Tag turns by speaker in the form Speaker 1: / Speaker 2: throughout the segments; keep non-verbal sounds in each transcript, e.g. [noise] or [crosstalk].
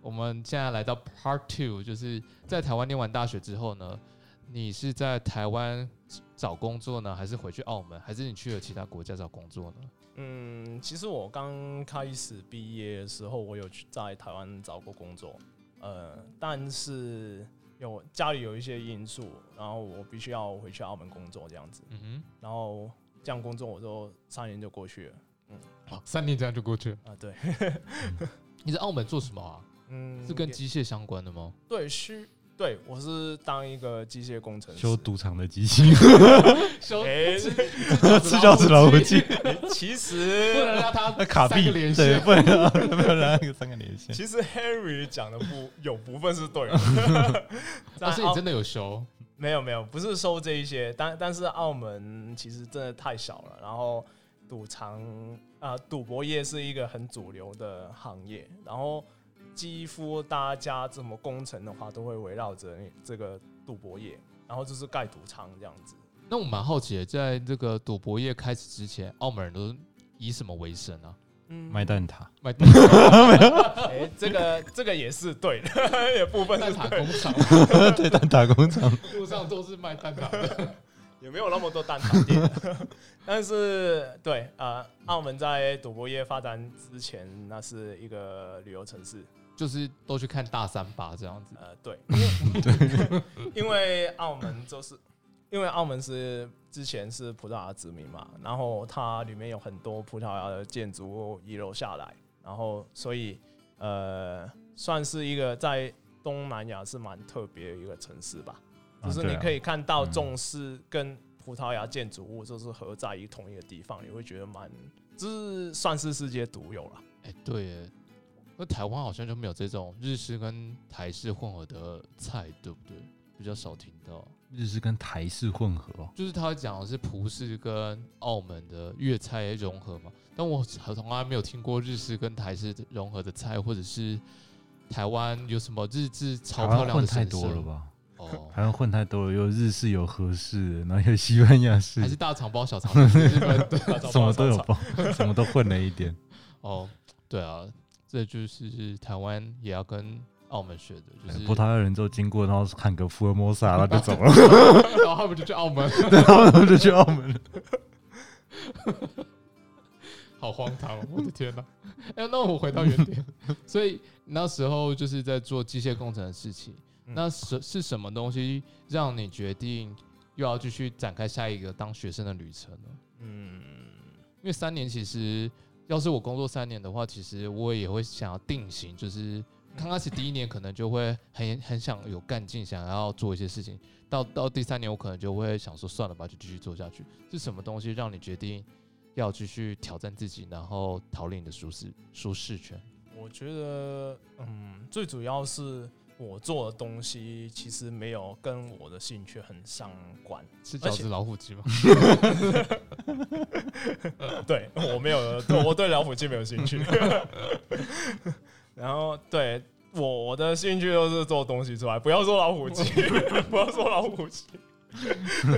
Speaker 1: 我们现在来到 Part Two，就是在台湾念完大学之后呢，你是在台湾找工作呢，还是回去澳门，还是你去了其他国家找工作呢？
Speaker 2: 嗯，其实我刚开始毕业的时候，我有去在台湾找过工作，呃，但是有家里有一些因素，然后我必须要回去澳门工作这样子，
Speaker 1: 嗯
Speaker 2: 然后这样工作我就三年就过去了
Speaker 1: 哼，好，三年这样就过去了。
Speaker 2: 啊、对，
Speaker 1: 你在澳门做什么啊？
Speaker 2: 嗯，
Speaker 1: 是跟机械相关的吗？
Speaker 2: 对需对我是当一个机械工
Speaker 1: 呃
Speaker 2: 程师，
Speaker 3: 修赌场的机器， [laughs]
Speaker 1: 修
Speaker 2: 哎、
Speaker 3: 赤脚趾老虎
Speaker 1: [laughs]
Speaker 3: 机，
Speaker 2: 其
Speaker 1: 不能
Speaker 2: 实
Speaker 1: 让他
Speaker 3: 那卡
Speaker 1: 三
Speaker 3: 币
Speaker 1: 个连
Speaker 3: 对，
Speaker 1: 线。哦
Speaker 3: 不能让不能让那个三个连线。
Speaker 2: 其实 Harry 讲的部有部分是对的，在
Speaker 1: 但啊是你
Speaker 2: 澳
Speaker 1: 真的有修，
Speaker 2: 没有没有，不是收这一些，但但是澳门其实真的太小了，然后赌场啊、赌博业是一个很主流的行业，然后几乎大家这么工程的话，都会围绕着这个赌博业，然后就是盖赌场这样子。
Speaker 1: 那我蛮好奇的，在这个赌博业开始之前，澳门人都以什么为生啊？
Speaker 2: 嗯 [laughs]
Speaker 3: 卖蛋挞， [laughs]
Speaker 1: 卖
Speaker 2: 哎、这个这个也是对的， [laughs] 也部分
Speaker 1: 蛋
Speaker 2: 是
Speaker 1: 挞
Speaker 2: 对的
Speaker 1: 工厂，
Speaker 3: 对，蛋挞工厂。
Speaker 1: [laughs] 路上都是卖蛋挞 [laughs] 的。
Speaker 2: 也没有那么多蛋挞店，但是对啊、呃澳门在赌博业发展之前，那是一个旅游城市。
Speaker 1: 就是都去看大三巴这样子。
Speaker 2: 呃，对，因为 [laughs] 因为澳门就是因为澳门是之前是葡萄牙殖民嘛，然后它里面有很多葡萄牙的建筑物遗留下来，然后所以呃，算是一个在东南亚是蛮特别的一个城市吧，就是你可
Speaker 3: 以，
Speaker 2: 以看到
Speaker 3: 啊嗯
Speaker 2: 重视跟葡萄牙建筑物就是合在于同一个地方，你会觉得蛮，就是算是世界独有了。
Speaker 1: 哎、对耶，那台湾好像就没有这种日式跟台式混合的菜，对不对？比较少听到，
Speaker 3: 日式跟台式混合哦，
Speaker 1: 就是他讲的是葡式跟澳门的粤菜融合嘛，但我从来没有听过日式跟台式融合的菜，或者是台湾有什么日治
Speaker 3: 台
Speaker 1: 超漂
Speaker 3: 湾
Speaker 1: 亮
Speaker 3: 混
Speaker 1: 的
Speaker 3: 太
Speaker 1: 神
Speaker 3: 多了
Speaker 1: 社
Speaker 3: 吧？
Speaker 1: 哦，
Speaker 3: 台湾混太多了，有日式，有和式，然后有西班牙式
Speaker 1: 还，是大肠包小肠包，日本对
Speaker 3: [laughs] 什么都有包， [laughs] 什么都混了一点。
Speaker 1: 哦，对啊，这就是台湾也要跟澳门学的， [laughs] 就是
Speaker 3: 葡萄牙人就哎经过，然后看个福尔摩沙，然后就走了，
Speaker 1: [laughs] 然后他们就去澳门，
Speaker 3: 然后他们就去澳门了。
Speaker 1: 好荒唐、哦！ [laughs] 我的天哪、哎、那我回到原点，所以那时候就是在做机械工程的事情。
Speaker 2: 嗯
Speaker 1: 那是是什么东西让你决定又要继续展开下一个当学生的旅程呢？
Speaker 2: 嗯，
Speaker 1: 因为三年其实，要是我工作三年的话，其实我也会想要定型，就是刚开始第一年可能就会很很想有干劲，想要做一些事情。到到第三年，我可能就会想说算了吧，就继续做下去。是什么东西让你决定要继续挑战自己，然后逃离你的舒适舒适圈？
Speaker 2: 我觉得，嗯，最主要是我做的东西其实没有跟我的兴趣很相关。
Speaker 1: 是
Speaker 2: 而
Speaker 1: 饺
Speaker 2: 且
Speaker 1: 子老虎
Speaker 2: [laughs]
Speaker 1: 机吗？
Speaker 2: 对我没有，我对老虎机没有兴趣。然后对我我的兴趣就是做东西出来，不要说老虎机， [laughs] 不要说老虎机。 [laughs]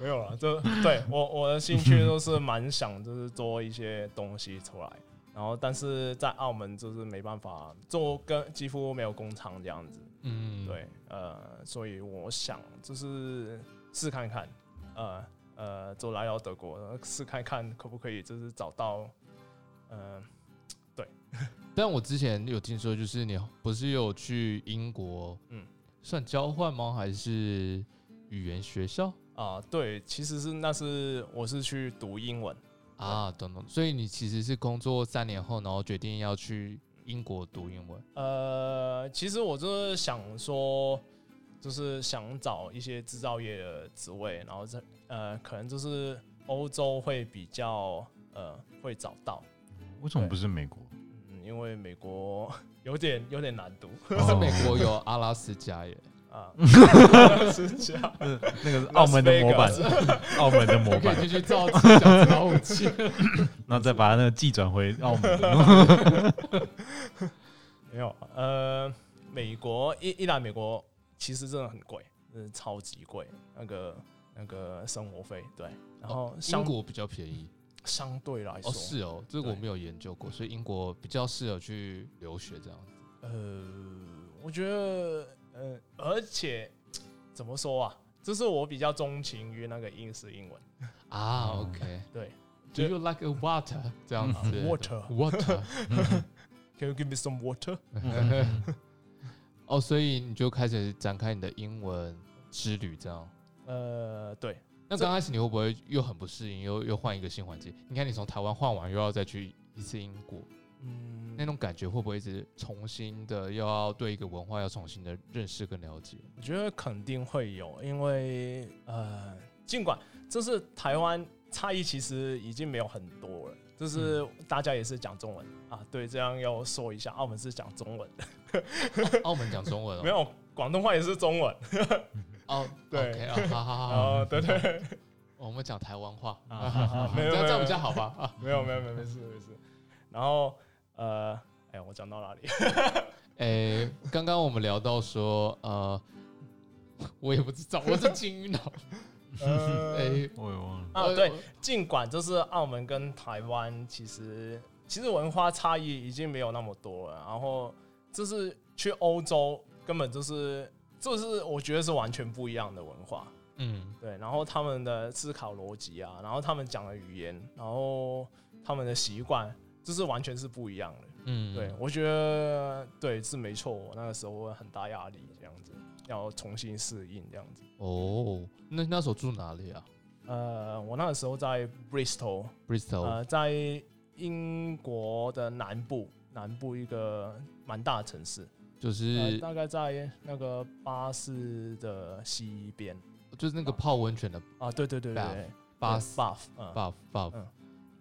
Speaker 2: 没有了，就对我我的兴趣都是蛮想就是做一些东西出来，然后但是在澳门就是没办法做跟几乎没有工厂这样子，
Speaker 1: 嗯，
Speaker 2: 对，呃，所以我想就是试看看，呃呃，就来到德国呃试看看可不可以，就是找到，呃，
Speaker 1: 但我之前有听说，就是你不是有去英国，嗯
Speaker 2: 嗯，
Speaker 1: 算交换吗？还是语言学校
Speaker 2: 啊、对，其实是那是我是去读英文，
Speaker 1: 啊？懂懂。所以你其实是工作三年后，然后决定要去英国读英文。
Speaker 2: 呃，其实我就是想说，就是想找一些制造业的职位，然后在呃，可能就是欧洲会比较呃会找到，
Speaker 3: 为什么不是美
Speaker 1: [laughs]
Speaker 3: 国？
Speaker 2: 嗯，因为美国 [laughs] 有点有点难读
Speaker 1: 可是
Speaker 3: 哦
Speaker 1: 美国有阿拉斯加 [laughs] 耶，
Speaker 2: 啊， [laughs] 是这样。
Speaker 3: 呃 [laughs] 那个澳门的模板
Speaker 1: [laughs]
Speaker 2: Las，
Speaker 3: 澳门的模
Speaker 1: 可
Speaker 3: 板
Speaker 1: 以，继续造吃饺子老虎机。
Speaker 3: [laughs] 然后再把那个寄转回澳 [laughs] 门。
Speaker 2: 没有，呃，美国一一来美国其实真的很贵，嗯，超级贵，那个那个生活费，对，然
Speaker 3: 哦
Speaker 2: 后
Speaker 1: 哦英
Speaker 2: 相、
Speaker 1: 国比较便宜
Speaker 2: 相对来说，
Speaker 1: 哦，是哦，这个我
Speaker 2: 对
Speaker 1: 没有研究过，所以英国比较适合去留学这样子。
Speaker 2: 呃，觉得，呃，而且怎么说啊，就是我比较钟情于那个英式英文
Speaker 1: 啊
Speaker 3: 嗯 [laughs]
Speaker 1: ，OK，
Speaker 2: 对
Speaker 1: Do you like a water？这样子
Speaker 2: ，water。
Speaker 1: water。
Speaker 2: Can you give me some water？
Speaker 3: 嗯
Speaker 1: [laughs] 哦，所以你就开始展开你的英文之旅，这样。
Speaker 2: 呃，对，
Speaker 1: 那刚开始你会不会又很不适应，又又换一个新环境？你看你从台湾换完，又要再去一次英国，
Speaker 2: 嗯，
Speaker 1: 那种感觉会不会一直重新的又要对一个文化要重新的认识跟了解？
Speaker 2: 我觉得肯定会有，因为呃，尽管就是台湾差异其实已经没有很多了，
Speaker 1: 嗯
Speaker 2: 就是大家也是讲中文、啊，对，这样要说一下，澳门是讲中文，
Speaker 1: 澳门讲中文哦，
Speaker 2: 没有广东话也是中文，
Speaker 1: 哦，
Speaker 2: 对
Speaker 1: OK，哦好好好好，
Speaker 2: 哦，对对
Speaker 1: 我们讲台湾话，
Speaker 2: 啊，没有
Speaker 1: 这样这
Speaker 2: 没有
Speaker 1: 样比较好吧？啊，
Speaker 2: 没有没有没有没事没事，然后呃，哎呀，我讲到哪里？
Speaker 1: 诶，刚刚我们聊到说，呃，我也不知道，我
Speaker 2: [laughs]
Speaker 1: 是金鱼脑，
Speaker 2: 呃
Speaker 1: 诶，
Speaker 3: 我也忘了。
Speaker 2: 啊
Speaker 1: 我
Speaker 2: 对，尽管就是澳门跟台湾其实其实文化差异已经没有那么多了，然后就是去欧洲根本就是就是我觉得是完全不一样的文化，
Speaker 1: 嗯，
Speaker 2: 对，然后他们的思考逻辑啊，然后他们讲的语言，然后他们的习惯，就是完全是不一样的。
Speaker 1: 嗯，
Speaker 2: 对，我觉得对是没错，我那个时候很大压力，这样子要重新适应这样子。
Speaker 1: 哦，那那时候住哪里啊
Speaker 2: 呃，我那个时候在 Bristol，
Speaker 1: ？Bristol，
Speaker 2: 呃，在英国的南部，南部一个蛮大的城市，
Speaker 1: 就
Speaker 2: 呃
Speaker 1: 是
Speaker 2: 大概在那个巴士的西边
Speaker 1: 就是那个泡温泉的
Speaker 2: 啊，对对对对
Speaker 1: Bath，
Speaker 2: 对，
Speaker 1: 巴
Speaker 2: buff，嗯，
Speaker 1: buff buff
Speaker 2: 嗯。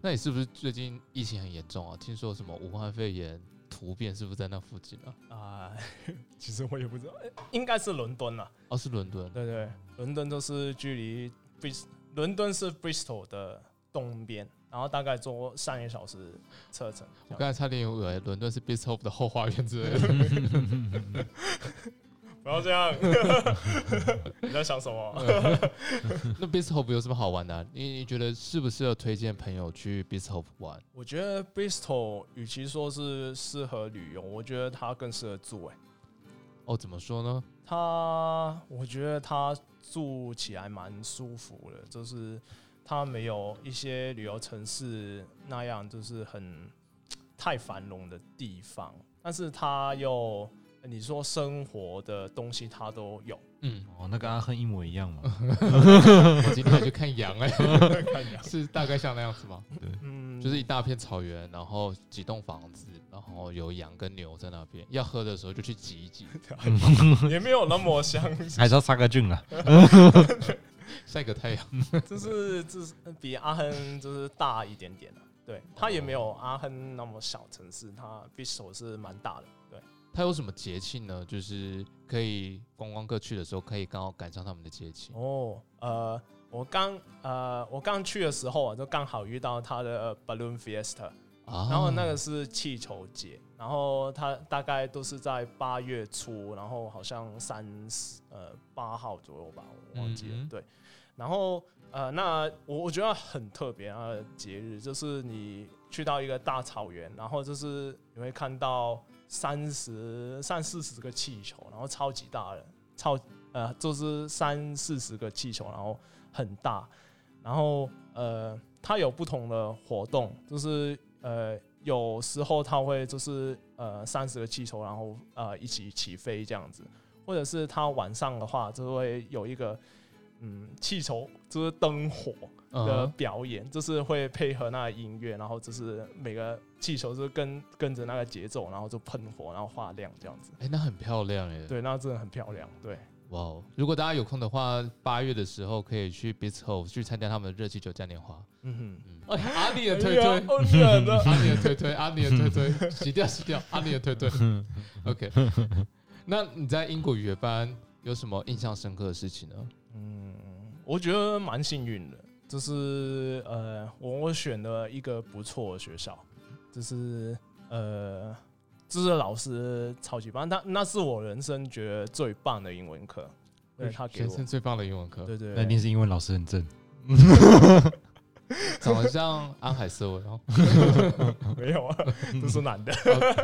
Speaker 1: 那你是不是最近疫情很严重啊？听说什么武汉肺炎突变，是不是在那附近啊？
Speaker 2: 啊、 [laughs] 其实我也不知道，呃应该是伦敦啦，
Speaker 1: 哦，是伦敦。
Speaker 2: 对对，伦敦就是距离 Brist，伦敦是 Bristol 的东边，然后大概坐三个小时车程这
Speaker 1: 我
Speaker 2: 样，
Speaker 1: 刚才差点以为伦敦是 Bishop 的后花园之类
Speaker 2: [laughs]
Speaker 1: 的。 [laughs]
Speaker 2: 不要这样， [laughs] 你在想什么？
Speaker 1: 那 Bishop 有什么好玩的啊、你你觉得适不适合推荐朋友去 Bishop 玩？
Speaker 2: 我觉得 Bristol 与其说是适合旅游，我觉得它更适合住、欸。
Speaker 1: 哦，怎么说呢？
Speaker 2: 它我觉得它住起来蛮舒服的，就是它没有一些旅游城市那样，就是很太繁荣的地方，但是它又你说生活的东西它都有。 [laughs]
Speaker 1: 嗯，
Speaker 3: 哦，那跟阿亨一模一样嘛。
Speaker 1: 我今天还去看羊哎、
Speaker 2: 看
Speaker 1: [laughs]
Speaker 2: 呀
Speaker 1: 是大概像那样子吗？
Speaker 2: 嗯，
Speaker 1: 就是一大片草原，然后几栋房子，然后有羊跟牛在那边，要喝的时候就去挤一挤，
Speaker 2: 也没有那么香，
Speaker 3: 还是要杀个啊菌啦。
Speaker 1: 晒个太阳。 [laughs]
Speaker 2: 就是就是比阿亨就是大一点点的、对，它也没有阿亨那么小城市，它 Bristol 是蛮大的。对，
Speaker 1: 它有什么节庆呢？就是可以观光客去的时候，可以刚好赶上他们的节庆。
Speaker 2: 哦，呃，我刚呃我刚去的时候啊，就刚好遇到他的 Balloon Fiesta，
Speaker 1: 啊
Speaker 2: 然后那个是气球节，然后它大概都是在八月初，然后好像三十呃八号左右吧，我忘记了。
Speaker 1: 嗯哼
Speaker 2: 对，然后呃，那我我觉得很特别啊，节日就是你去到一个大草原，然后就是你会看到三十三四十个气球，然后超级大的，超呃就是三四十个气球，然后很大，然后呃，它有不同的活动，就是呃，有时候它会就是呃三十个气球，然后呃一起起飞这样子，或者是它晚上的话，就会有一个嗯气球就是灯火的
Speaker 1: 嗯
Speaker 2: 表演，就是会配合那个音乐，然后就是每个气球就跟跟着那个节奏，然后就喷火，然后发亮这样子。
Speaker 1: 哎、那很漂亮哎。，
Speaker 2: 对，那真的很漂亮。对，
Speaker 1: 哇哦！如果大家有空的话，八月的时候可以去 b i s h o 去参加他们的热气球嘉年华。
Speaker 2: 嗯
Speaker 1: 嗯，哎阿尼
Speaker 2: 哼，
Speaker 1: 的推推，
Speaker 2: 好冷啊！
Speaker 1: 阿尼的推推，阿尼的推推，洗掉洗掉，阿尼的推推。OK，那你在英国语言班有什么印象深刻的事情呢？
Speaker 2: [laughs] 我觉得蛮幸运的，就是呃，我我选了一个不错的学校，就是呃，就是老师超级棒，那那是我人生觉得最棒的英文课，对他给
Speaker 1: 学
Speaker 2: 我
Speaker 1: 生，最棒的英文课，
Speaker 2: 对对
Speaker 3: 那一定是因为老师很正。
Speaker 1: 长得像安海瑟薇，然后
Speaker 2: [laughs] 没
Speaker 1: [laughs]
Speaker 2: 有啊，都是男的，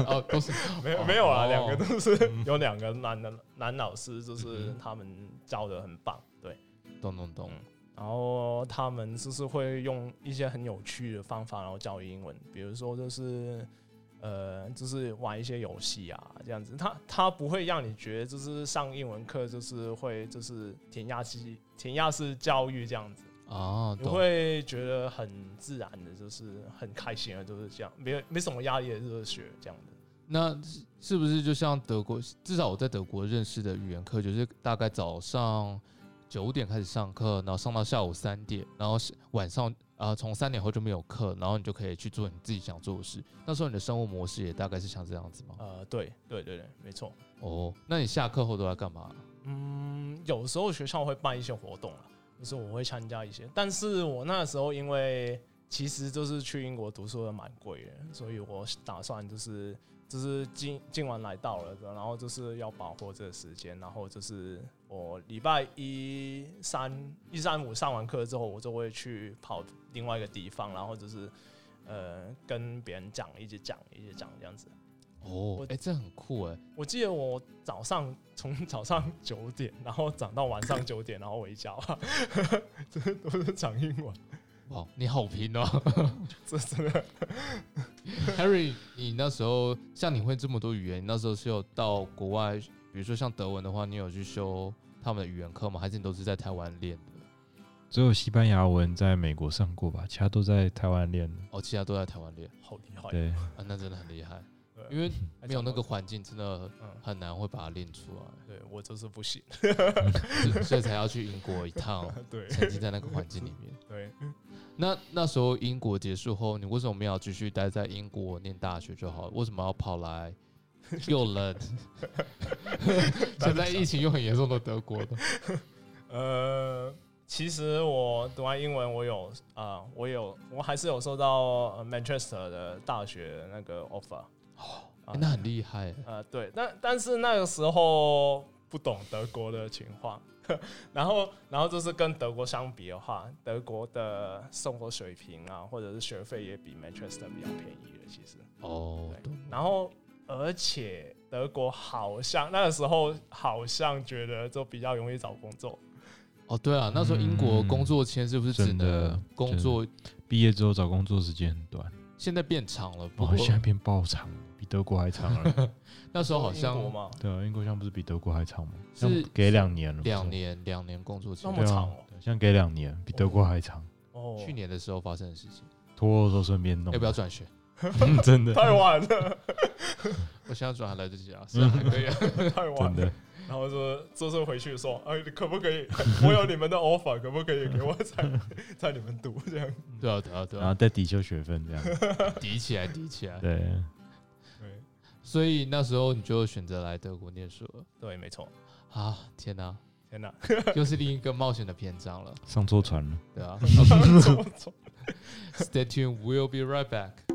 Speaker 1: 哦都是
Speaker 2: 没有没有啊，
Speaker 1: 哦
Speaker 2: 两个都是 [laughs] 有两个男的男老师，就是他们教的很棒，对，
Speaker 1: 懂懂嗯懂，
Speaker 2: 然后他们就是会用一些很有趣的方法，然后教英文，比如说就是呃，就是玩一些游戏啊，这样子，他他不会让你觉得就是上英文课就是会就是填鸭式填鸭式教育这样子。
Speaker 1: 哦
Speaker 2: 你
Speaker 1: 懂，
Speaker 2: 会觉得很自然的，就是很开心的，就是这样，没有没什么压力的，就是学这样的。
Speaker 1: 那是是不是就像德国？至少我在德国认识的语言课，就是大概早上九点开始上课，然后上到下午三点，然后是晚上啊从三点后就没有课，然后你就可以去做你自己想做的事。那时候你的生活模式也大概是像这样子吗？
Speaker 2: 呃，对对对对，没错。
Speaker 1: 哦，那你下课后都在干嘛？
Speaker 2: 嗯，有时候学校会办一些活动啊，就是我会参加一些，但是我那时候因为其实就是去英国读书的蛮贵的，所以我打算就是就是今今晚来到了，然后就是要把握这个时间，然后就是我礼拜一三一三五上完课之后，我就会去跑另外一个地方，然后就是呃跟别人讲，一直讲，一直讲这样子。
Speaker 1: 哦
Speaker 2: 我，
Speaker 1: 哎、这很酷哎、
Speaker 2: 我记得我早上从早上九点，然后讲到晚上九点，然后回家， [laughs] 这都是讲英文，
Speaker 1: 哇，你好拼 [laughs] 哦
Speaker 2: 这真的
Speaker 1: ，Harry，你那时候像你会这么多语言，你那时候是有到国外，比如说像德文的话，你有去修他们的语言课吗？还是你都是在台湾练的？
Speaker 3: 只有西班牙文在美国上过吧，其他都在台湾练的。
Speaker 1: 哦，其他都在台湾
Speaker 2: [laughs]
Speaker 1: 练
Speaker 2: 好厉害，
Speaker 3: 对，
Speaker 1: 啊，那真的很厉害，
Speaker 2: 对
Speaker 1: 因为
Speaker 2: 还
Speaker 1: 没有那个
Speaker 2: 讲
Speaker 1: 环境，真的
Speaker 2: 英文，嗯，
Speaker 1: 很难会把它练出来，
Speaker 2: 对我就是不行，
Speaker 1: [laughs] 所以所以才要去英国一
Speaker 2: [laughs]
Speaker 1: 趟，
Speaker 2: 对
Speaker 1: 沉浸在那个环境里面。
Speaker 2: 对，
Speaker 1: 那那时候英国结束后，你为什么没有继续待在英国念大学就好了？为什么要跑来又
Speaker 2: [laughs]
Speaker 1: 冷？现在疫情又很严重的德国的，
Speaker 2: 呃，其实我读完英文，我有啊、我有，我还是有收到呃 Manchester 的大学那个 offer，啊
Speaker 1: 欸那很厉害欸。
Speaker 2: 呃，对，但但是那个时候不懂德国的情况， [laughs] 然后然后就是跟德国相比的话，德国的生活水平啊，或者是学费也比 Manchester 比较便宜的，其实。
Speaker 1: 哦，
Speaker 2: 对
Speaker 1: 懂
Speaker 2: 然后而且德国好像那个时候好像觉得就比较容易找工作，
Speaker 1: 哦，对啊，那时候英国
Speaker 3: 嗯
Speaker 1: 工作签是不是只
Speaker 3: 真的
Speaker 1: 能工作？
Speaker 3: 毕业之后找工作时间很短，
Speaker 1: 现在变长了，不
Speaker 3: 哇，
Speaker 1: 过
Speaker 3: 现在变爆长，比德国还长了。
Speaker 1: 那时候好像
Speaker 2: 英国嘛，
Speaker 3: 对啊，英国像不是比德国还长吗？
Speaker 1: 是
Speaker 3: 像给两年了，
Speaker 1: 两年两年工作签
Speaker 2: 那
Speaker 3: 不是，
Speaker 2: 么
Speaker 3: 对
Speaker 2: 长
Speaker 3: 啊
Speaker 2: 哦，
Speaker 3: 对像给两年，比德国还长。
Speaker 2: 哦，
Speaker 1: 去年的时候发生的事情，
Speaker 3: 脱欧的时候顺便弄，
Speaker 1: 要不要转学？
Speaker 3: 嗯？ [laughs]
Speaker 2: [laughs]
Speaker 3: 真的，
Speaker 2: 太晚
Speaker 1: [laughs]
Speaker 2: 了，
Speaker 1: 我现在转还来得及
Speaker 3: [laughs]
Speaker 1: 啊，是啊还可以啊。
Speaker 2: 太晚了。
Speaker 3: 真的，
Speaker 2: 然后就是就是回去说，哎、可不可以？我有你们的 offer，可不可以给我在 [laughs] 在你们读这样？
Speaker 1: 对啊，对啊，对
Speaker 3: 然后
Speaker 1: 啊，
Speaker 3: 再抵消学分这样。
Speaker 1: 抵起来，抵起来。
Speaker 3: 对，
Speaker 2: 对
Speaker 1: 所以那时候你就选择来德国念书了
Speaker 2: 对，没错。
Speaker 1: 啊！天哪、
Speaker 2: 天 [laughs] 哪，
Speaker 1: 又是另一个冒险的篇章了，
Speaker 3: 上错船了。
Speaker 1: 对啊
Speaker 3: [laughs]
Speaker 1: [laughs]
Speaker 2: 怎么做
Speaker 1: Stay tuned, we'll be right back.